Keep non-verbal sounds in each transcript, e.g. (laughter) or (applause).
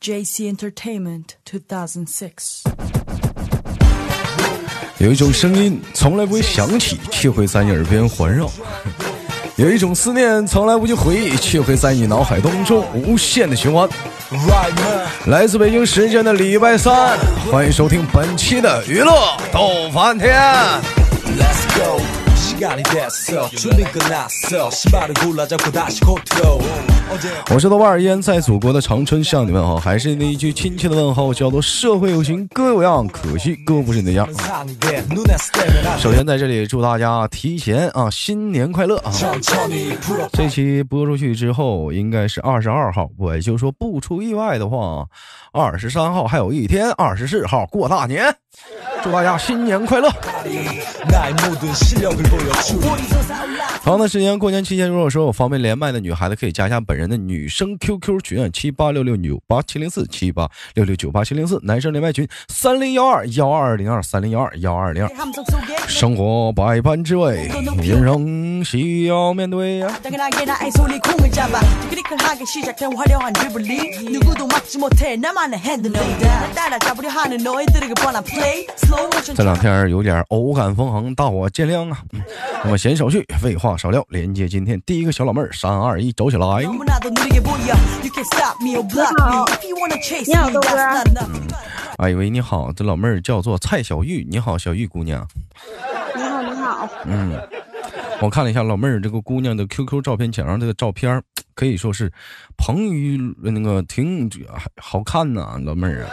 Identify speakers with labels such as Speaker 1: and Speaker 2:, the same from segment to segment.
Speaker 1: JC Entertainment 2006.
Speaker 2: 有一种声音从来不会响起，却会在你耳边环绕；有一种思念从来不去回忆，却会在你脑海当中无限的循环。来自北京时间的礼拜三，欢迎收听本期的娱乐逗翻天。
Speaker 3: Let's go 시간이 됐어 준비 끝났어 신발을 골라 잡고 다시 코트로 어제
Speaker 2: 我是豆瓣儿，依然在祖国的长春向你问好，还是那一句亲切的问候，叫做社会有形哥有样，可惜哥不是你的样。
Speaker 3: 상대 눈에 스테면 안
Speaker 2: 首先在这里祝大家提前啊新年快乐啊！
Speaker 3: 천천히 풀어
Speaker 2: 这期播出去之后，应该是二十二号，我也就说不出意外的话，啊二十三号还有一天，二十四号过大年，祝大家新年快乐！
Speaker 3: 나의 모든 실력을 보여주리
Speaker 2: 同样的时间，过年期间如果说有方便连麦的女孩子，可以加一下本人的女生 QQ 群啊七八六六九八七零四七八六六九八七零四，男生连麦群三零幺二幺二零二三零幺二幺二零二。
Speaker 1: 함성 속에
Speaker 2: 生活百般滋味，人生需要面对啊呀、
Speaker 1: 당연하게 나의 손이 공을 잡아 클릭하기 시작된 화려한 드블링 누구도 막지 못해 나만의 핸들링 따라잡으려 하는 너희들에게 뻔한 플레이 슬로우 모션
Speaker 2: 这两天儿有点儿偶感风行，大伙见谅啊。嗯那么闲少叙，废话少聊，连接今天第一个小老妹儿，三二一，走起来！
Speaker 1: 너무나도 느리게 보여 You can stop me or block me If you wanna chase me that's not enough
Speaker 2: 哎喂，你好，这老妹儿叫做蔡小玉，你好，小玉姑娘。
Speaker 4: 你好，你好，
Speaker 2: 我看了一下老妹儿这个姑娘的 QQ 照片墙上这个照片儿，可以说是彭于那个挺好看呐、老妹儿啊，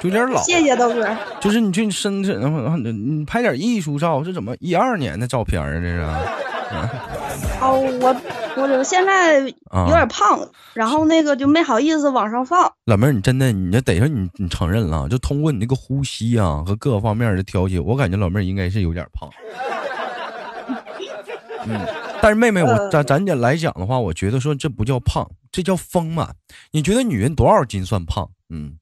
Speaker 2: 就有点老，
Speaker 4: 谢谢豆哥。
Speaker 2: 就是你去深圳，嗯嗯你拍点艺术照，这怎么一二年的照片儿啊？这是。
Speaker 4: 哦，我我这现在有
Speaker 2: 啊
Speaker 4: 点胖，然后那个就没好意思往上放。
Speaker 2: 老妹儿，你真的，你这得说你你承认了，就通过你那个呼吸啊和各个方面的调节，我感觉老妹儿应该是有点胖。 (laughs) 嗯，但是妹妹，我
Speaker 4: 呃
Speaker 2: 咱咱家来讲的话，我觉得说这不叫胖，这叫丰满。你觉得女人多少斤算胖？嗯，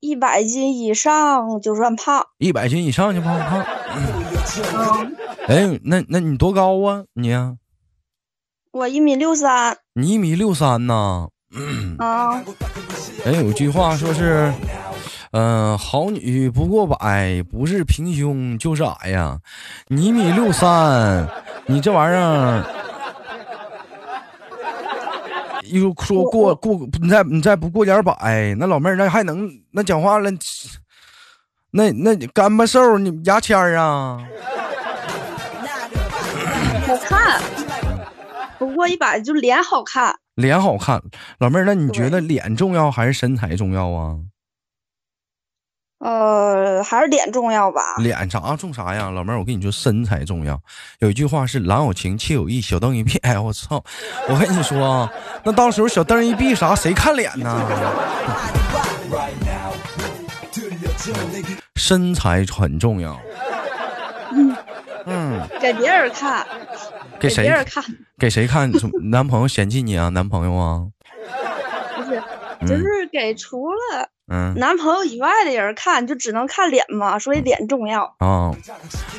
Speaker 4: 一百斤以上就算胖，
Speaker 2: 一百斤以上就胖不胖？嗯哎，那那你多高啊？你啊，
Speaker 4: 我一米六三
Speaker 2: 你一米六三呐？嗯
Speaker 4: 啊，
Speaker 2: 哎，有句话说是，嗯、好女不过百，不是平胸就是矮呀。你一米六三，你这玩意儿，又说过过，你再你再不过点百，那老妹儿那还能那讲话了，那那干巴瘦，你牙签儿啊？
Speaker 4: 好看。不过一百就脸好看，
Speaker 2: 脸好看，老妹儿，那你觉
Speaker 4: 对
Speaker 2: 得脸重要还是身材重要啊？
Speaker 4: 呃，还是脸重要吧。
Speaker 2: 脸啥重啥样？老妹儿，我跟你说，身材重要。有一句话是“郎有情，妾有意，小灯一闭”。哎，我操！我跟你说啊，那到时候小灯一闭啥，谁看脸呢？ (laughs)
Speaker 3: right now 들려줘 내게
Speaker 2: 身材很重要。嗯，
Speaker 4: 给别人看，
Speaker 2: 给
Speaker 4: 别
Speaker 2: 谁
Speaker 4: 人看，
Speaker 2: 给谁看？什么男朋友嫌弃你啊？男朋友啊？
Speaker 4: 不是，就
Speaker 2: 嗯
Speaker 4: 是给除了
Speaker 2: 嗯
Speaker 4: 男朋友以外的人看，就只能看脸嘛，所以脸重要。
Speaker 2: 啊，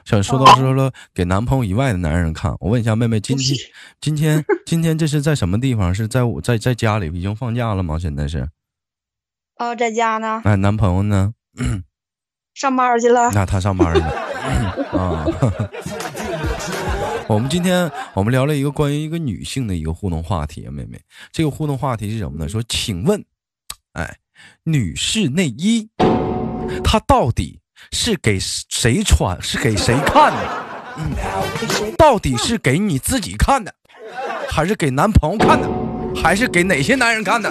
Speaker 2: 想说
Speaker 4: 哦
Speaker 2: 到说了，给男朋友以外的男人看。我问一下妹妹，今天今天今天这是在什么地方？是在我在在家里已经放假了吗？现在是？
Speaker 4: 哦，在家呢，
Speaker 2: 哎，男朋友呢？
Speaker 4: 上班去了。
Speaker 2: 那他上班
Speaker 4: (laughs)
Speaker 2: 去了啊。 (laughs) 我们今天我们聊了一个关于一个女性的一个互动话题，啊，妹妹，这个互动话题是什么呢？
Speaker 4: 嗯
Speaker 2: 说，请问，哎，女士内衣，它到底是给谁穿？是给谁看的？嗯，到底是给你自己看的，还是给男朋友看的，还是给哪些男人看的？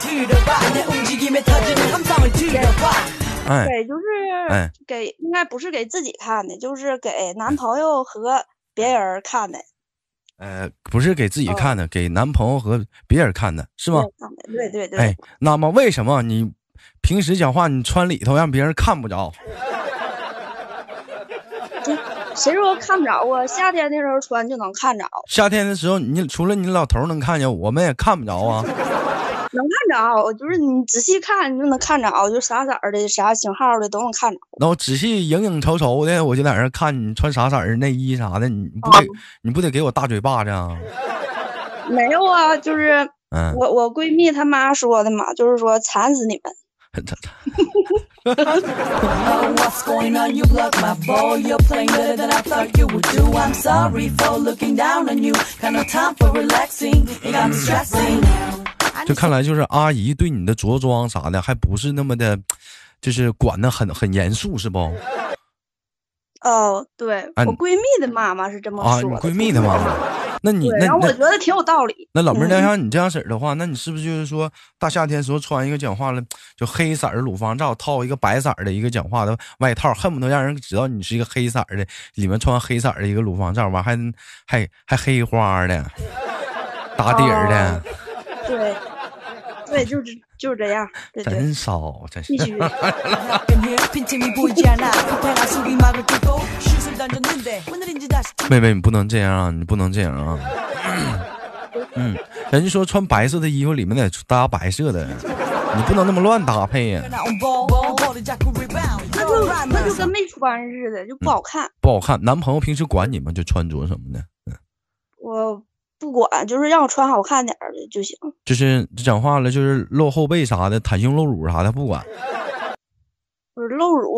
Speaker 1: 들어봐 내 움직임에 터지는 함성을 들어봐
Speaker 2: 哎，
Speaker 4: 对，就是
Speaker 2: 哎
Speaker 4: 给应该不是给自己看的，就是给男朋友和别人儿看的，
Speaker 2: 呃，不是给自己看的，给男朋友和别人看的，是吗？
Speaker 4: 哦对看的对对对，
Speaker 2: 哎，那么为什么你平时讲话你穿里头让别人看不着？
Speaker 4: 谁说看不着啊？夏天的时候穿就能看着，
Speaker 2: 夏天的时候，你除了你老头儿能看见，我们也看不着啊。
Speaker 4: 能看着，啊就是你仔细看你就能看着，啊就啥色儿的、啥型号的都能看着。
Speaker 2: 那我仔细影影瞅瞅的，我就在那儿看你穿啥色儿内
Speaker 4: 哦
Speaker 2: 衣啥的，你不得、你不得给我大嘴巴子啊？
Speaker 4: 没有啊，就是
Speaker 2: 嗯，
Speaker 4: 我我闺蜜她妈说的嘛，就是说馋死你们。
Speaker 2: 很惨。
Speaker 1: Oh, what's going on? You block my ball. You're playing better than I thought you would do. I'm sorry for looking down on you. Got no time for relaxing. You got me stressing.
Speaker 4: 啊
Speaker 2: 就看来就是阿姨对你的着装啥的，还不是那么的，就是管的很很严肃，是不？
Speaker 4: 哦，对，
Speaker 2: 啊
Speaker 4: 我闺蜜的妈妈是这么
Speaker 2: 啊，你
Speaker 4: 说的。
Speaker 2: 闺蜜的妈妈，那你
Speaker 4: 对，
Speaker 2: 那
Speaker 4: 然后我
Speaker 2: 那
Speaker 4: 觉得挺有道理。嗯
Speaker 2: 那老妹儿，那像你这样式儿的话，那你是不是就是说大夏天时候穿一个讲话了，就黑色儿的乳房罩，套一个白色儿的一个讲话的外套，恨不得让人知道你是一个黑色儿的，里面穿黑色儿的一个乳房罩，完还还还黑花儿的，打底儿
Speaker 4: 哦
Speaker 2: 的，
Speaker 4: 对，对，就是就是这样。对对，
Speaker 2: 真骚，真是
Speaker 4: 必。 (laughs) 须。
Speaker 2: 妹妹，你不能这样啊！你不能这样啊！嗯，人家说穿白色的衣服里面得搭白色的，你不能那么乱搭配呀、
Speaker 4: 那就那就跟没穿似的，就
Speaker 2: 嗯
Speaker 4: 不好看。
Speaker 2: 不好看。男朋友平时管你吗？就穿着什么的，
Speaker 4: 我不管，就是让我穿好看点儿的就行。
Speaker 2: 就是讲话了，就是露后背啥的，袒胸露乳啥的不管。
Speaker 4: 不是露乳，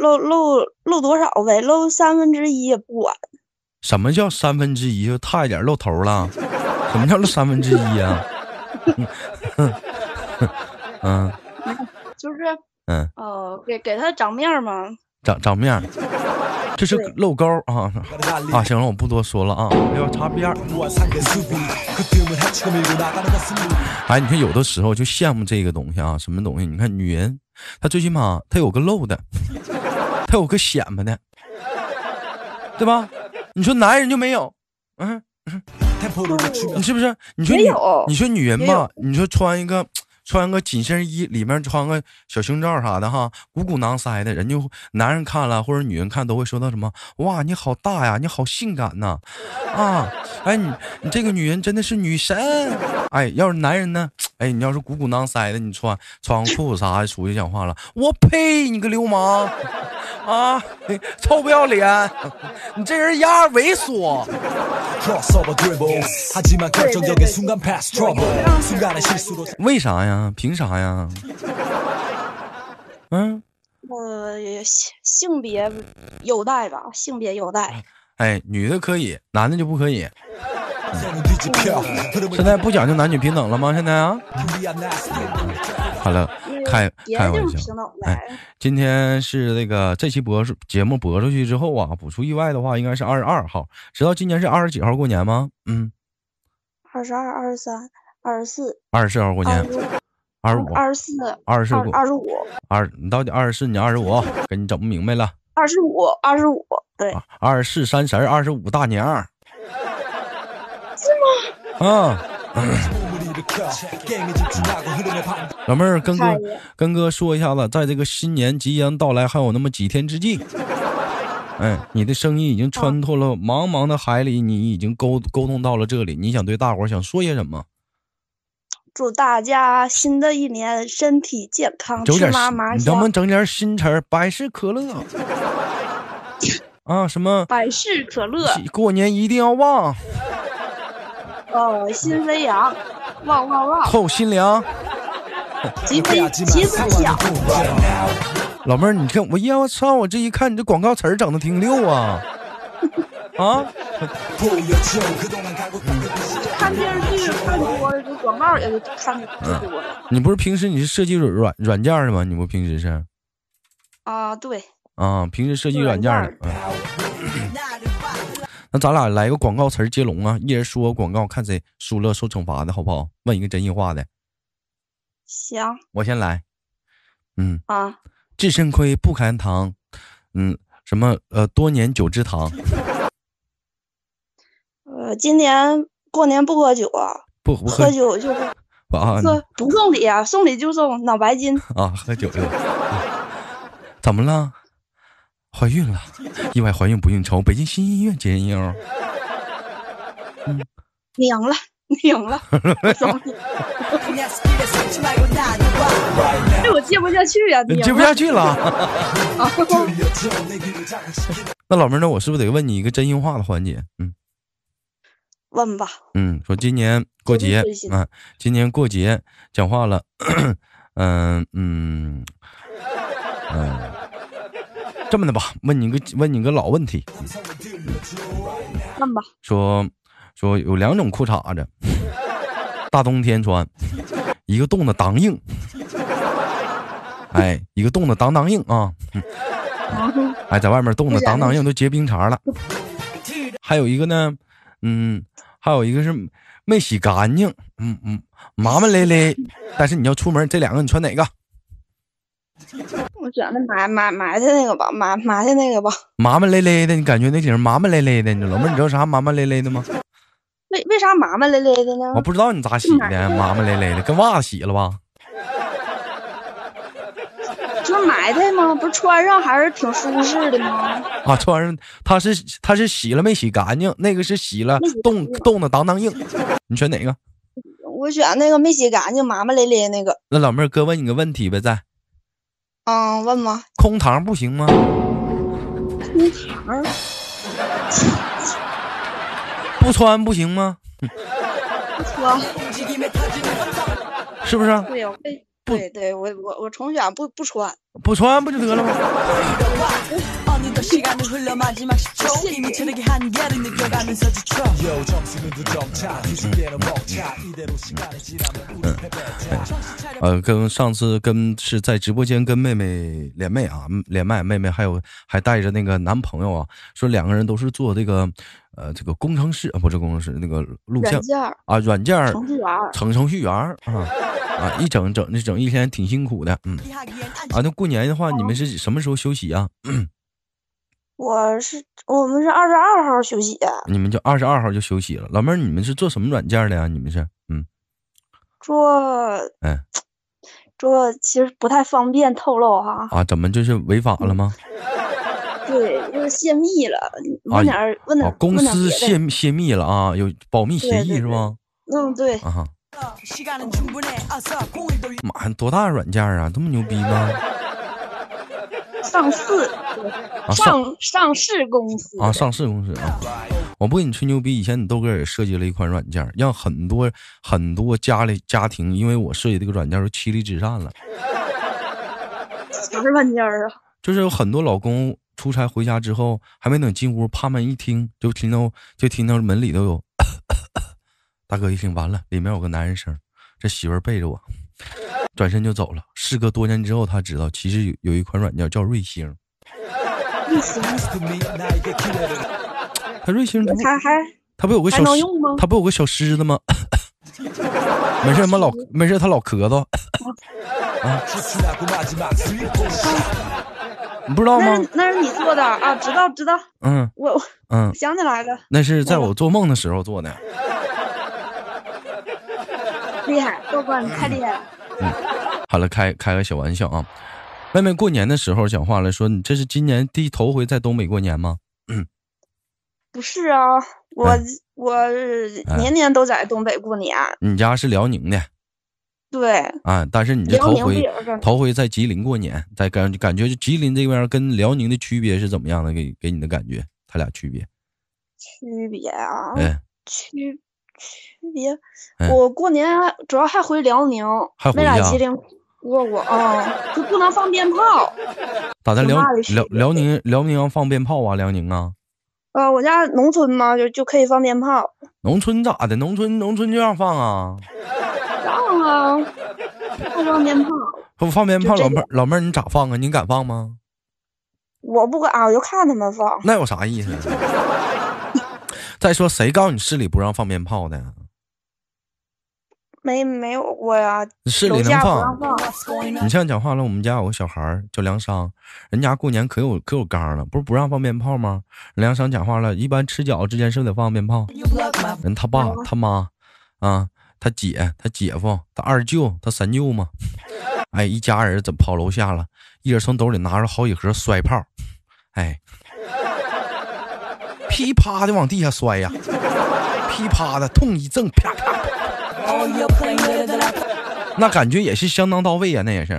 Speaker 4: 露露露多少呗？露三分之一也不管。
Speaker 2: 什么叫三分之一？就差一点露头了？什么叫露三分之一啊？嗯
Speaker 4: 就是
Speaker 2: 嗯，
Speaker 4: 呃，给给他长面儿嘛。
Speaker 2: 长长面儿，这是
Speaker 4: 对
Speaker 2: 露沟啊啊！行了，我不多说了啊，要擦边儿。
Speaker 3: 무한 상대 수비 그 틈을 헤치고 밀고 나가는 것은
Speaker 2: 哎，你看有的时候就羡慕这个东西啊，什么东西？你看女人，她最起码她有个露的，她有个显摆的，对吧？你说男人就没有，嗯，
Speaker 3: 템포를 늦추면
Speaker 2: 你是不是？你说
Speaker 4: 也
Speaker 2: 女，
Speaker 4: 有
Speaker 2: 你说女人
Speaker 4: 也
Speaker 2: 吧，你说穿一个穿个紧身衣，里面穿个小胸罩啥的哈，鼓鼓囊塞的，人就男人看了或者女人看都会说到什么？哇，你好大呀，你好性感呐，啊，哎，你你这个女人真的是女神。哎，要是男人呢？哎，你要是鼓鼓囊塞的，你穿穿个裤子啥的出去讲话了，我呸，你个流氓啊，你臭不要脸，你这人丫猥琐。
Speaker 3: 크로스오버 드리블 하지만 결정적인 순간 패스 트러블 순간의 실수로
Speaker 2: 为啥呀？凭啥呀？嗯，
Speaker 4: 呃，也性性别有待吧，性别有待。
Speaker 2: 哎，女的可以，男的就不可以。
Speaker 3: 세는 뒤집혀 흐름을
Speaker 2: 现在不讲究男女平等了吗？现在啊，
Speaker 3: 준비한 나스
Speaker 2: 好了，开
Speaker 4: 别
Speaker 2: 开
Speaker 4: 的就
Speaker 2: 玩
Speaker 4: 是
Speaker 2: 笑
Speaker 4: 平。等
Speaker 2: 哎
Speaker 4: 呗。
Speaker 2: 今天是那个这期播出节目播出去之后啊，不出意外的话，应该是二十二号。知道今年是二十几号过年吗？嗯，
Speaker 4: 二十二、二十三、二十四、
Speaker 2: 二十四号过
Speaker 4: 二
Speaker 2: 年
Speaker 4: 十，五、
Speaker 2: 嗯二十五，
Speaker 4: 二十四、
Speaker 2: 二十四
Speaker 4: 二
Speaker 2: 过
Speaker 4: 二十五、
Speaker 2: 二，你到底二十四，你二十五，给你整不明白了。
Speaker 4: 二十五、二十五，对，
Speaker 2: 二十四三十二十五大年儿。是吗？啊。
Speaker 3: 몸을 일으켜 게임에 집중하고 흐름에 반
Speaker 2: 老妹儿，跟哥
Speaker 4: 太爷
Speaker 2: 跟哥说一下子，在这个新年即将到来，还有那么几天之际，哎，你的声音已经穿透了茫茫的海里，你已经沟沟通到了这里，你想对大伙儿想说些什么？
Speaker 4: 祝大家新的一年身体健康，
Speaker 2: 整
Speaker 4: 吃
Speaker 2: 点
Speaker 4: 嘛
Speaker 2: 新
Speaker 4: 嘛
Speaker 2: 你咱们
Speaker 4: 香，
Speaker 2: 整点新词儿，百事可乐啊，什么
Speaker 4: 百事可乐，
Speaker 2: 过年一定要旺，
Speaker 4: 呃，新飞扬，旺旺旺，
Speaker 2: 透新凉。
Speaker 4: 吉飞
Speaker 3: 하지만
Speaker 4: 吉飞
Speaker 3: 상황은 ，
Speaker 4: 响
Speaker 3: 공개
Speaker 2: 老妹儿，你看我呀，我操！我这一看，你这广告词儿整的挺溜啊，啊，
Speaker 3: 보여줘 그동안 가고 닦은 듯이
Speaker 4: 看电视剧看多了，这广告也就看的多了
Speaker 2: 你不是平时你是设计软软软件儿的吗？你不平时是？
Speaker 4: 啊，对，
Speaker 2: 啊，平时设计软件儿
Speaker 4: 软
Speaker 2: 的。嗯那咱俩来个广告词儿接龙啊，一人说广告，看谁输了受惩罚的好不好？问一个真心话的，
Speaker 4: 行
Speaker 2: 我先来。嗯，
Speaker 4: 啊，
Speaker 2: 治肾亏不含糖，嗯，什么呃，多年九芝堂，
Speaker 4: 呃，今年过年不喝酒啊，
Speaker 2: 不不喝
Speaker 4: 喝酒就会
Speaker 2: 啊
Speaker 4: 喝，不送礼啊，送礼就送脑白金。
Speaker 2: 啊，喝酒去了、怎么了？怀孕了，意外怀孕不应酬，北京新医院接人婴儿。
Speaker 4: 你赢了，你赢了，走
Speaker 2: (laughs)
Speaker 4: 你哎，我接不下去呀、你
Speaker 2: 接
Speaker 4: 赢
Speaker 2: 不
Speaker 4: 了啊
Speaker 2: 下去了。 (laughs)
Speaker 3: 돌려줘 내 귀를 자극시키는
Speaker 2: 那老妹儿，那我是不是得问你一个真心话的环节？嗯，
Speaker 4: 问吧。
Speaker 2: 嗯，说今年过节
Speaker 4: 真是
Speaker 2: 啊，今年过节讲话了， (coughs) 嗯嗯嗯，嗯这么的吧，问你个问你个老问题，
Speaker 4: 问吧，
Speaker 2: 说说有两种裤衩子，大冬天穿，一个冻的当硬，哎，一个冻的当当硬啊，哎，在外面冻的当当硬都结冰碴了，还有一个呢，嗯，还有一个是没洗干净，嗯嗯，麻麻咧咧，但是你要出门，这两个你穿哪个？
Speaker 4: 我选的埋埋埋汰那个吧，埋埋汰那个吧。
Speaker 2: 麻麻咧咧的，你感觉那挺麻麻咧咧的，你老妹儿，你知道啥麻麻咧咧的吗？
Speaker 4: 为为啥麻麻咧咧的呢
Speaker 2: 我？不知道你咋洗的，麻麻咧咧的，跟袜子洗了吧？
Speaker 4: 就是埋汰吗？不是穿上还是挺舒适的吗？
Speaker 2: (laughs) 啊，穿上它是它是洗了没洗干净，那个是洗了
Speaker 4: 没洗干
Speaker 2: 冻
Speaker 4: 净
Speaker 2: 冻的当当硬，你选哪个？
Speaker 4: 我选那个没洗干净、麻麻咧咧那个。
Speaker 2: 那老妹儿哥问你个问题呗，在
Speaker 4: 嗯，问吧。
Speaker 2: 空堂不行吗？
Speaker 4: 空堂
Speaker 2: 不穿不行吗？
Speaker 4: 穿，
Speaker 2: 是不啊是？
Speaker 4: 对，我被对对，我我我重选不不穿。
Speaker 2: 不穿不就得了吗？
Speaker 1: 어느덧 시간이 흘러 마지막 10초 이미 체력이 한계를 느껴가면서 지쳐
Speaker 3: Yo, 점수는 두 점차 뒤집게는 먹자 이대로 시간이 지나면 우리 패배자
Speaker 2: 呃，跟上次跟是在直播间跟妹妹连麦啊，嗯连麦，妹妹还有还带着那个男朋友啊，说两个人都是做这个呃这个工程师啊，不是工程师那个录像
Speaker 4: 软件儿
Speaker 2: 啊软件儿
Speaker 4: 程序员儿
Speaker 2: 程程序员儿
Speaker 4: (laughs)
Speaker 2: 啊啊一整整这整一天挺辛苦的，嗯。
Speaker 1: 이해하기엔
Speaker 2: 啊，那过年的话，你们是什么时候休息啊？
Speaker 4: 我是我们是二十二号休息，
Speaker 2: 你们就二十二号就休息了。老妹儿，你们是做什么软件的呀？你们是，嗯，
Speaker 4: 做
Speaker 2: 哎，
Speaker 4: 做其实不太方便透露哈。
Speaker 2: 啊，怎么就是违法了吗？
Speaker 4: 对，就是泄密了，
Speaker 2: 啊
Speaker 4: 问点儿问点
Speaker 2: 啊
Speaker 4: 儿，
Speaker 2: 公
Speaker 4: 嗯问点儿
Speaker 2: 司
Speaker 4: 别的
Speaker 2: 泄密泄密了啊，有保密协议
Speaker 4: 对对
Speaker 2: 是吧？
Speaker 4: 嗯对，
Speaker 2: 啊哈，
Speaker 1: 앉아 시간은 충분해 어서 공을 돌려
Speaker 2: 妈呀，多大软件啊？这么牛逼吗？
Speaker 4: 上市
Speaker 2: 啊上
Speaker 4: 上上市公司
Speaker 2: 啊，上市公司啊！我不跟你吹牛逼，以前你豆哥也设计了一款软件，让很多很多家里家庭因为我设计这个软件都妻离子散了。
Speaker 4: 啥软件儿啊？
Speaker 2: 就是有很多老公出差回家之后，还没等进屋，啪门一听就听到就听到门里头有， (coughs) 大哥一听完了，里面有个男人声，这媳妇儿背着我，转身就走了。事隔多年之后，他知道其实有有一款软件叫瑞星，嗯
Speaker 3: Used to me 나에게 기회를
Speaker 2: 他瑞星它不
Speaker 4: (laughs) 还还
Speaker 2: 它不有个
Speaker 4: 还
Speaker 2: 小
Speaker 4: 能
Speaker 2: 狮
Speaker 4: 用吗
Speaker 2: 它不有个小狮子吗？ (coughs) 没事，他妈老没事，他老咳嗽，
Speaker 3: 기술하고 마지막 스윗
Speaker 2: 你不知道
Speaker 4: 那
Speaker 2: 吗
Speaker 4: 是？那是你做的啊？知道知道，
Speaker 2: 嗯
Speaker 4: 我我
Speaker 2: 嗯，
Speaker 4: 想起来了，
Speaker 2: 那是在我做梦的时候做的。
Speaker 4: 厉害，豆哥你太厉害了。
Speaker 2: 好了，开开个小玩笑啊。妹妹过年的时候讲话了，说你这是今年第一头回在东北过年吗？
Speaker 4: 不是啊，我
Speaker 2: 哎
Speaker 4: 我年年都在东北过年，
Speaker 2: 你家是辽宁的
Speaker 4: 对，
Speaker 2: 啊，但是你这
Speaker 4: 辽
Speaker 2: 头
Speaker 4: 宁不
Speaker 2: 回
Speaker 4: 也是？
Speaker 2: 头回在吉林过年，在感感觉吉林这边跟辽宁的区别是怎么样的？给给你的感觉，他俩区别？
Speaker 4: 区别啊，
Speaker 2: 哎，
Speaker 4: 区区别
Speaker 2: 哎。
Speaker 4: 我过年还主要还回辽宁
Speaker 2: 还，回
Speaker 4: 没来
Speaker 2: 家
Speaker 4: 吉林过过啊，就不能放鞭炮。
Speaker 2: 咋在
Speaker 4: 挺
Speaker 2: 辽
Speaker 4: 大的区
Speaker 2: 辽
Speaker 4: 别
Speaker 2: 辽宁辽宁要放鞭炮啊？辽宁啊，
Speaker 4: 呃，我家农村嘛，就就可以放鞭炮。
Speaker 2: 农村咋的？农村农村就让放啊？
Speaker 4: 放啊，不放鞭炮，
Speaker 2: 不放鞭
Speaker 4: 就
Speaker 2: 炮，
Speaker 4: 这
Speaker 2: 老妹儿
Speaker 4: 点
Speaker 2: 老妹儿你咋放啊？你敢放
Speaker 4: (laughs)
Speaker 2: 吗？
Speaker 4: 我不管，我就看他们放。
Speaker 2: 那有啥意思啊？再说谁告诉你市里不让放鞭炮的？
Speaker 4: 没没有过呀，
Speaker 2: 市
Speaker 4: 楼
Speaker 2: 里能
Speaker 4: 下不
Speaker 2: 放
Speaker 4: 让。放。
Speaker 1: What's going
Speaker 2: 你
Speaker 1: on
Speaker 2: 像讲话了，我们家有个小孩儿叫梁商，人家过年可有可有刚了，不是不让放鞭炮吗？梁商讲话了，一般吃饺子之前是不是得放鞭炮？
Speaker 1: you block my
Speaker 2: 人他爸、他妈，啊，他姐、他姐夫、他二舅、他三舅嘛，哎，一家人怎么跑楼下了？一人从兜里拿着好几盒摔炮，哎，噼啪的往地下摔呀，噼啪的痛一震，啪啪
Speaker 1: all your playing little that I
Speaker 2: 那感觉也是相当到位呀、那也是。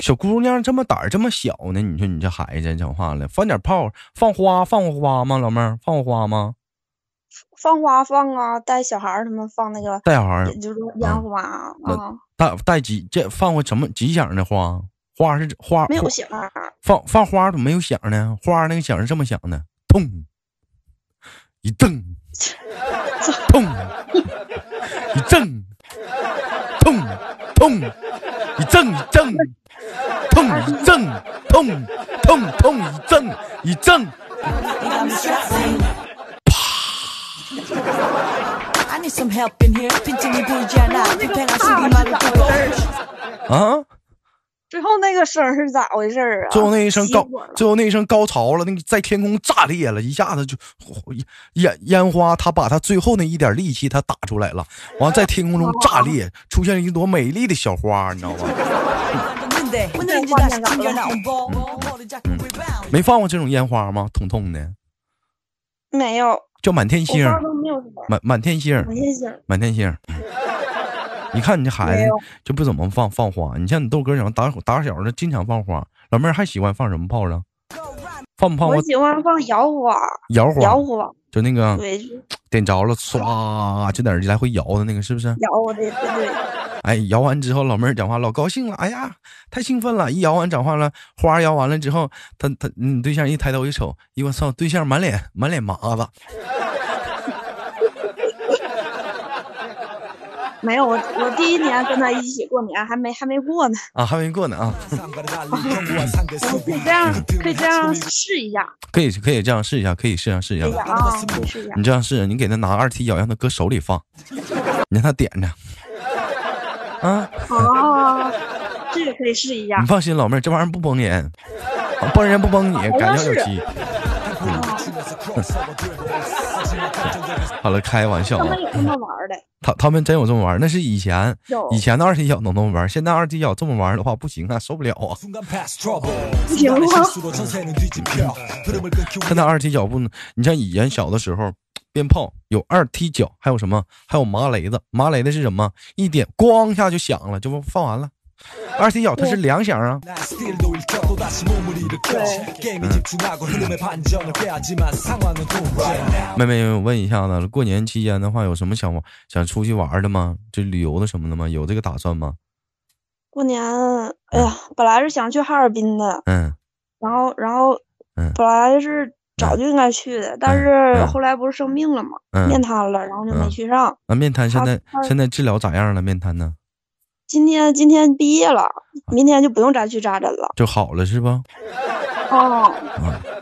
Speaker 2: 小姑娘这么胆儿这么小呢，你说你这孩子讲话了，放点炮，放花，放过花吗？老妹儿，放过花吗？
Speaker 4: 放花放啊，带小孩儿他们放那个，
Speaker 2: 带小孩儿
Speaker 4: 就是烟花啊，
Speaker 2: 嗯那带带几这放过什么几响的花？花是花
Speaker 4: 没有响儿，
Speaker 2: 放放花怎么没有响呢？花那个响是这么响的，咚，一蹬，咚，一震，咚咚，一震一震，咚一震，咚咚咚一震一震，
Speaker 1: I need some help in here. 빈틈이 보이지 않아. 팽팽한 수비만을 두고.
Speaker 2: 啊！
Speaker 4: 最后那个声儿是咋回事儿啊？
Speaker 2: 最后那一声
Speaker 4: 熄
Speaker 2: 高
Speaker 4: 火了，
Speaker 2: 最后那一声高潮了，那个在天空炸裂了，一下子就烟烟花，他把他最后那一点力气他打出来了，完在天空中炸
Speaker 4: 哦
Speaker 2: 裂，出现了一朵美丽的小花，你知道吗？
Speaker 1: 근데 오늘인지 다시 튕겨나온 봄. 머리 자꾸 rebound.
Speaker 2: 没放过这种烟花吗？彤彤的
Speaker 4: 没有，我
Speaker 2: 叫满天
Speaker 4: 放
Speaker 2: 星，
Speaker 4: 都没有什么。
Speaker 2: 满满天星，
Speaker 4: 我谢谢。
Speaker 2: 满天星。嗯你看你这孩子
Speaker 4: 没有
Speaker 2: 就不怎么放放花，你像你豆哥讲打打小的经常放花，老妹儿还喜欢放什么炮仗？放不放
Speaker 4: 我
Speaker 2: 过
Speaker 4: 喜欢放摇花，
Speaker 2: 摇花？嗯
Speaker 4: 摇花，
Speaker 2: 就那个
Speaker 4: 对，就是
Speaker 2: 点着了，唰就在那儿来回摇的那个，是不是？
Speaker 4: 摇的，对对对。
Speaker 2: 哎，摇完之后，老妹儿讲话老高兴了，哎呀，太兴奋了！一摇完讲话了，花儿摇完了之后，他他你对象一抬头一瞅，哎呦我操，对象满脸满脸麻子，
Speaker 4: 没有，我我第一年跟他一起过年，还没还没过呢。
Speaker 2: 啊，还没过呢啊，
Speaker 3: 어,
Speaker 4: 我
Speaker 2: 嗯
Speaker 4: 可以这样，
Speaker 3: 그
Speaker 4: 可以这样试一下，
Speaker 2: 可以可以这样试一下，可以试一下试一下
Speaker 4: 对，呀啊，可以试一下
Speaker 2: 你。这样试，你给他拿二踢脚，让他搁手里放，你让他点着，啊，
Speaker 4: 哦，这个可以试一下
Speaker 2: 你。放心，老妹儿，这玩意儿不崩人，啊崩人不崩你，赶上有
Speaker 4: 是
Speaker 2: 期。好了，开玩笑
Speaker 4: 他
Speaker 2: 啊
Speaker 4: 们。有这么玩的，
Speaker 2: 他他们真有这么玩儿，那是以前
Speaker 4: 有
Speaker 2: 以前的二踢脚能这么玩儿，现在二踢脚这么玩儿的话不行啊，受不了啊！
Speaker 3: 뭐?
Speaker 2: 现在二踢脚不能，你像以前小的时候，鞭炮有二踢脚，还有什么？还有麻雷子，麻雷子是什么？一点咣一下就响了，就不放完了。二踢脚它是两响啊，妹妹，我问一下子，过年期间的话，有什么想想出去玩儿的吗？就旅游的什么的吗？有这个打算吗？
Speaker 4: 过年，哎呀，本来是想去哈尔滨的，
Speaker 2: 嗯
Speaker 4: 然后然后
Speaker 2: 嗯
Speaker 4: 本来是早就应该去的，但是后来不是生病了嘛，面
Speaker 2: 嗯，
Speaker 4: 瘫了，然后就
Speaker 2: 嗯
Speaker 4: 没去上。
Speaker 2: 那面瘫现在
Speaker 4: 他他
Speaker 2: 现在治疗咋样了？面瘫呢？
Speaker 4: 今天今天毕业
Speaker 2: 啊
Speaker 4: 了，明天就不用再去扎针了。
Speaker 2: 就好了是吧？
Speaker 4: 哦，
Speaker 2: 啊，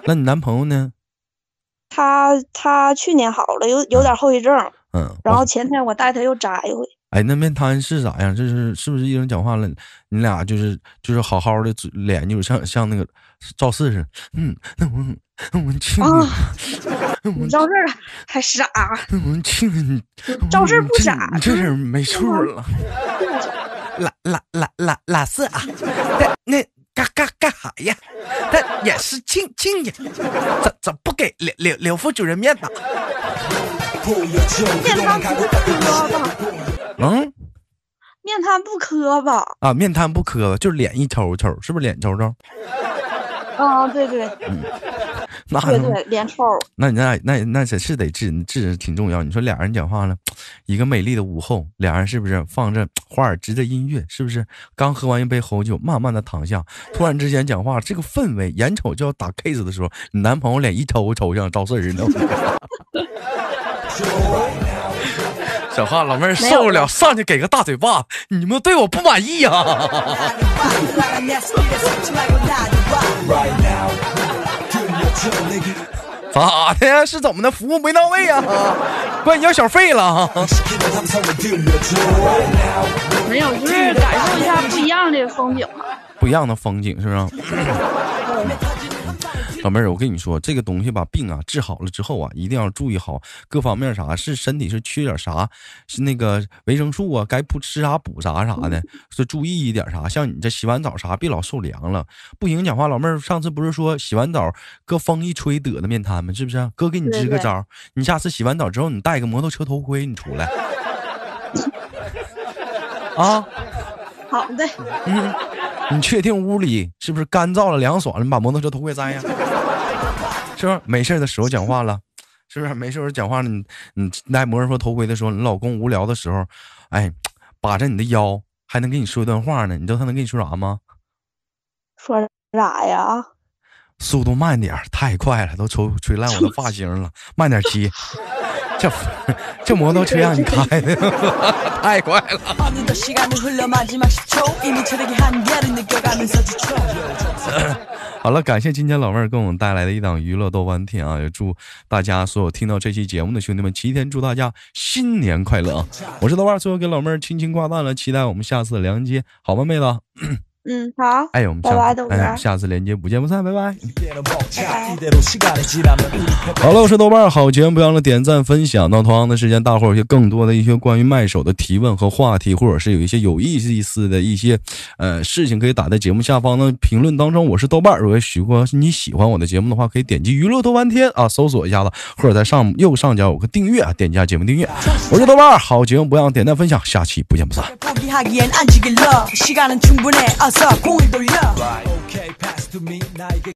Speaker 2: 那你男朋友呢？
Speaker 4: 他他去年好了，有有点后遗症，
Speaker 2: 嗯，
Speaker 4: 然后
Speaker 2: 我
Speaker 4: 前天我带他又扎一回。
Speaker 2: 哎，那面瘫是啥样？就是是不是一人讲话了，你俩就是就是好好的嘴脸，就是像像那个赵四似的，嗯，那我那我亲
Speaker 4: 啊
Speaker 2: 你，那哎我
Speaker 4: 你赵四儿还傻，
Speaker 2: 那我亲你，
Speaker 4: 赵四
Speaker 2: 嗯
Speaker 4: 不嗯
Speaker 2: 这
Speaker 4: 傻
Speaker 2: 你这人没数了， (laughs) 拉拉拉拉拉四啊，那那干干干啥呀？那也是亲亲呀，怎怎不给刘刘刘副主任面子？啊
Speaker 4: 面瘫不
Speaker 2: 嗯
Speaker 4: 磕吧？面瘫不磕吧？
Speaker 2: 啊，面瘫不磕，就是脸一抽抽，是不是脸抽抽？
Speaker 4: 啊，对对
Speaker 2: 那
Speaker 4: 对
Speaker 2: 能
Speaker 4: 对，脸抽。
Speaker 2: 那你那那那真是得治，治挺重要。你说俩人讲话了，一个美丽的午后，俩人是不是放着花儿，直着音乐，是不是？刚喝完一杯红酒，慢慢的躺下，突然之间讲话，这个氛围，眼瞅就要打 case 的时候，你男朋友脸一抽抽像赵四儿呢。 (laughs) 小话，老妹儿受不了，上去给个大嘴巴，你们对我不满意啊呀、 (laughs) 咋的？是怎么的？服务没到位 (laughs) 呀、管你要小费了。 (laughs)
Speaker 4: 没有，就是感受一下不一样的风景嘛。
Speaker 2: 不一样的风景，是不是？老妹儿，我跟你说，这个东西吧，病啊治好了之后啊，一定要注意好各方面啥，是身体是缺点啥，是那个维生素啊，该补吃啥补啥啥的，说注意一点啥。像你这洗完澡啥，别老受凉了。不行，讲话，老妹儿，上次不是说洗完澡搁风一吹得的面瘫吗？是不是？哥给你支个招儿，你下次洗完澡之后，你戴个摩托车头盔，你出来。啊，
Speaker 4: 好的，
Speaker 2: 嗯， (laughs) 你确定屋里是不是干燥了、凉爽了？你把摩托车头盔摘呀，是不是？没事的时候讲话了，是不是？没事候讲话了，你你戴摩托车头盔的时候，你老公无聊的时候，哎，把着你的腰，还能跟你说一段话呢。你知道他能跟你说啥吗？
Speaker 4: 说啥呀？
Speaker 2: 速度慢点，太快了，都吹吹烂我的发型了，慢点骑。这这摩托车让你开的， (laughs) 太快了。
Speaker 1: 어느덧 시간이 흘러 마지막 10초 이미 체력이 한계를 느껴가면서 지쳐
Speaker 2: 好了，感谢今天老妹儿给我们带来的一档娱乐豆瓣天啊！也祝大家所有听到这期节目的兄弟们，提前祝大家新年快
Speaker 4: (laughs)
Speaker 2: 乐啊！我是豆瓣儿，最后给老妹儿轻轻挂断了，期待我们下次的连接，好吗，妹子？
Speaker 4: 嗯，好，
Speaker 2: 哎，我们
Speaker 4: 拜
Speaker 2: 下
Speaker 4: 拜，
Speaker 2: 次
Speaker 4: 豆哥。
Speaker 2: 哎下次连接不见不散，拜拜。
Speaker 3: 이대로 먹자 이대로 시간이 지나면 우리
Speaker 2: 好了，我是豆瓣儿， (laughs) 好节目不要忘了点赞分享。那同样的时间，大伙儿有些更多的一些关于卖手的提问和话题，或者是有一些有意思的一些呃事情，可以打在节目下方的评论当中。我是豆瓣儿，如果喜欢你喜欢我的节目的话，可以点击“娱乐多半天”啊，搜索一下子，或者在上右上角有个订阅，啊，点击一下节目订阅。我是豆瓣儿，好节目不要忘了点赞分享，下期不见不散。
Speaker 1: 포기하기엔 안 지길러 시간은 충분해 어서 공을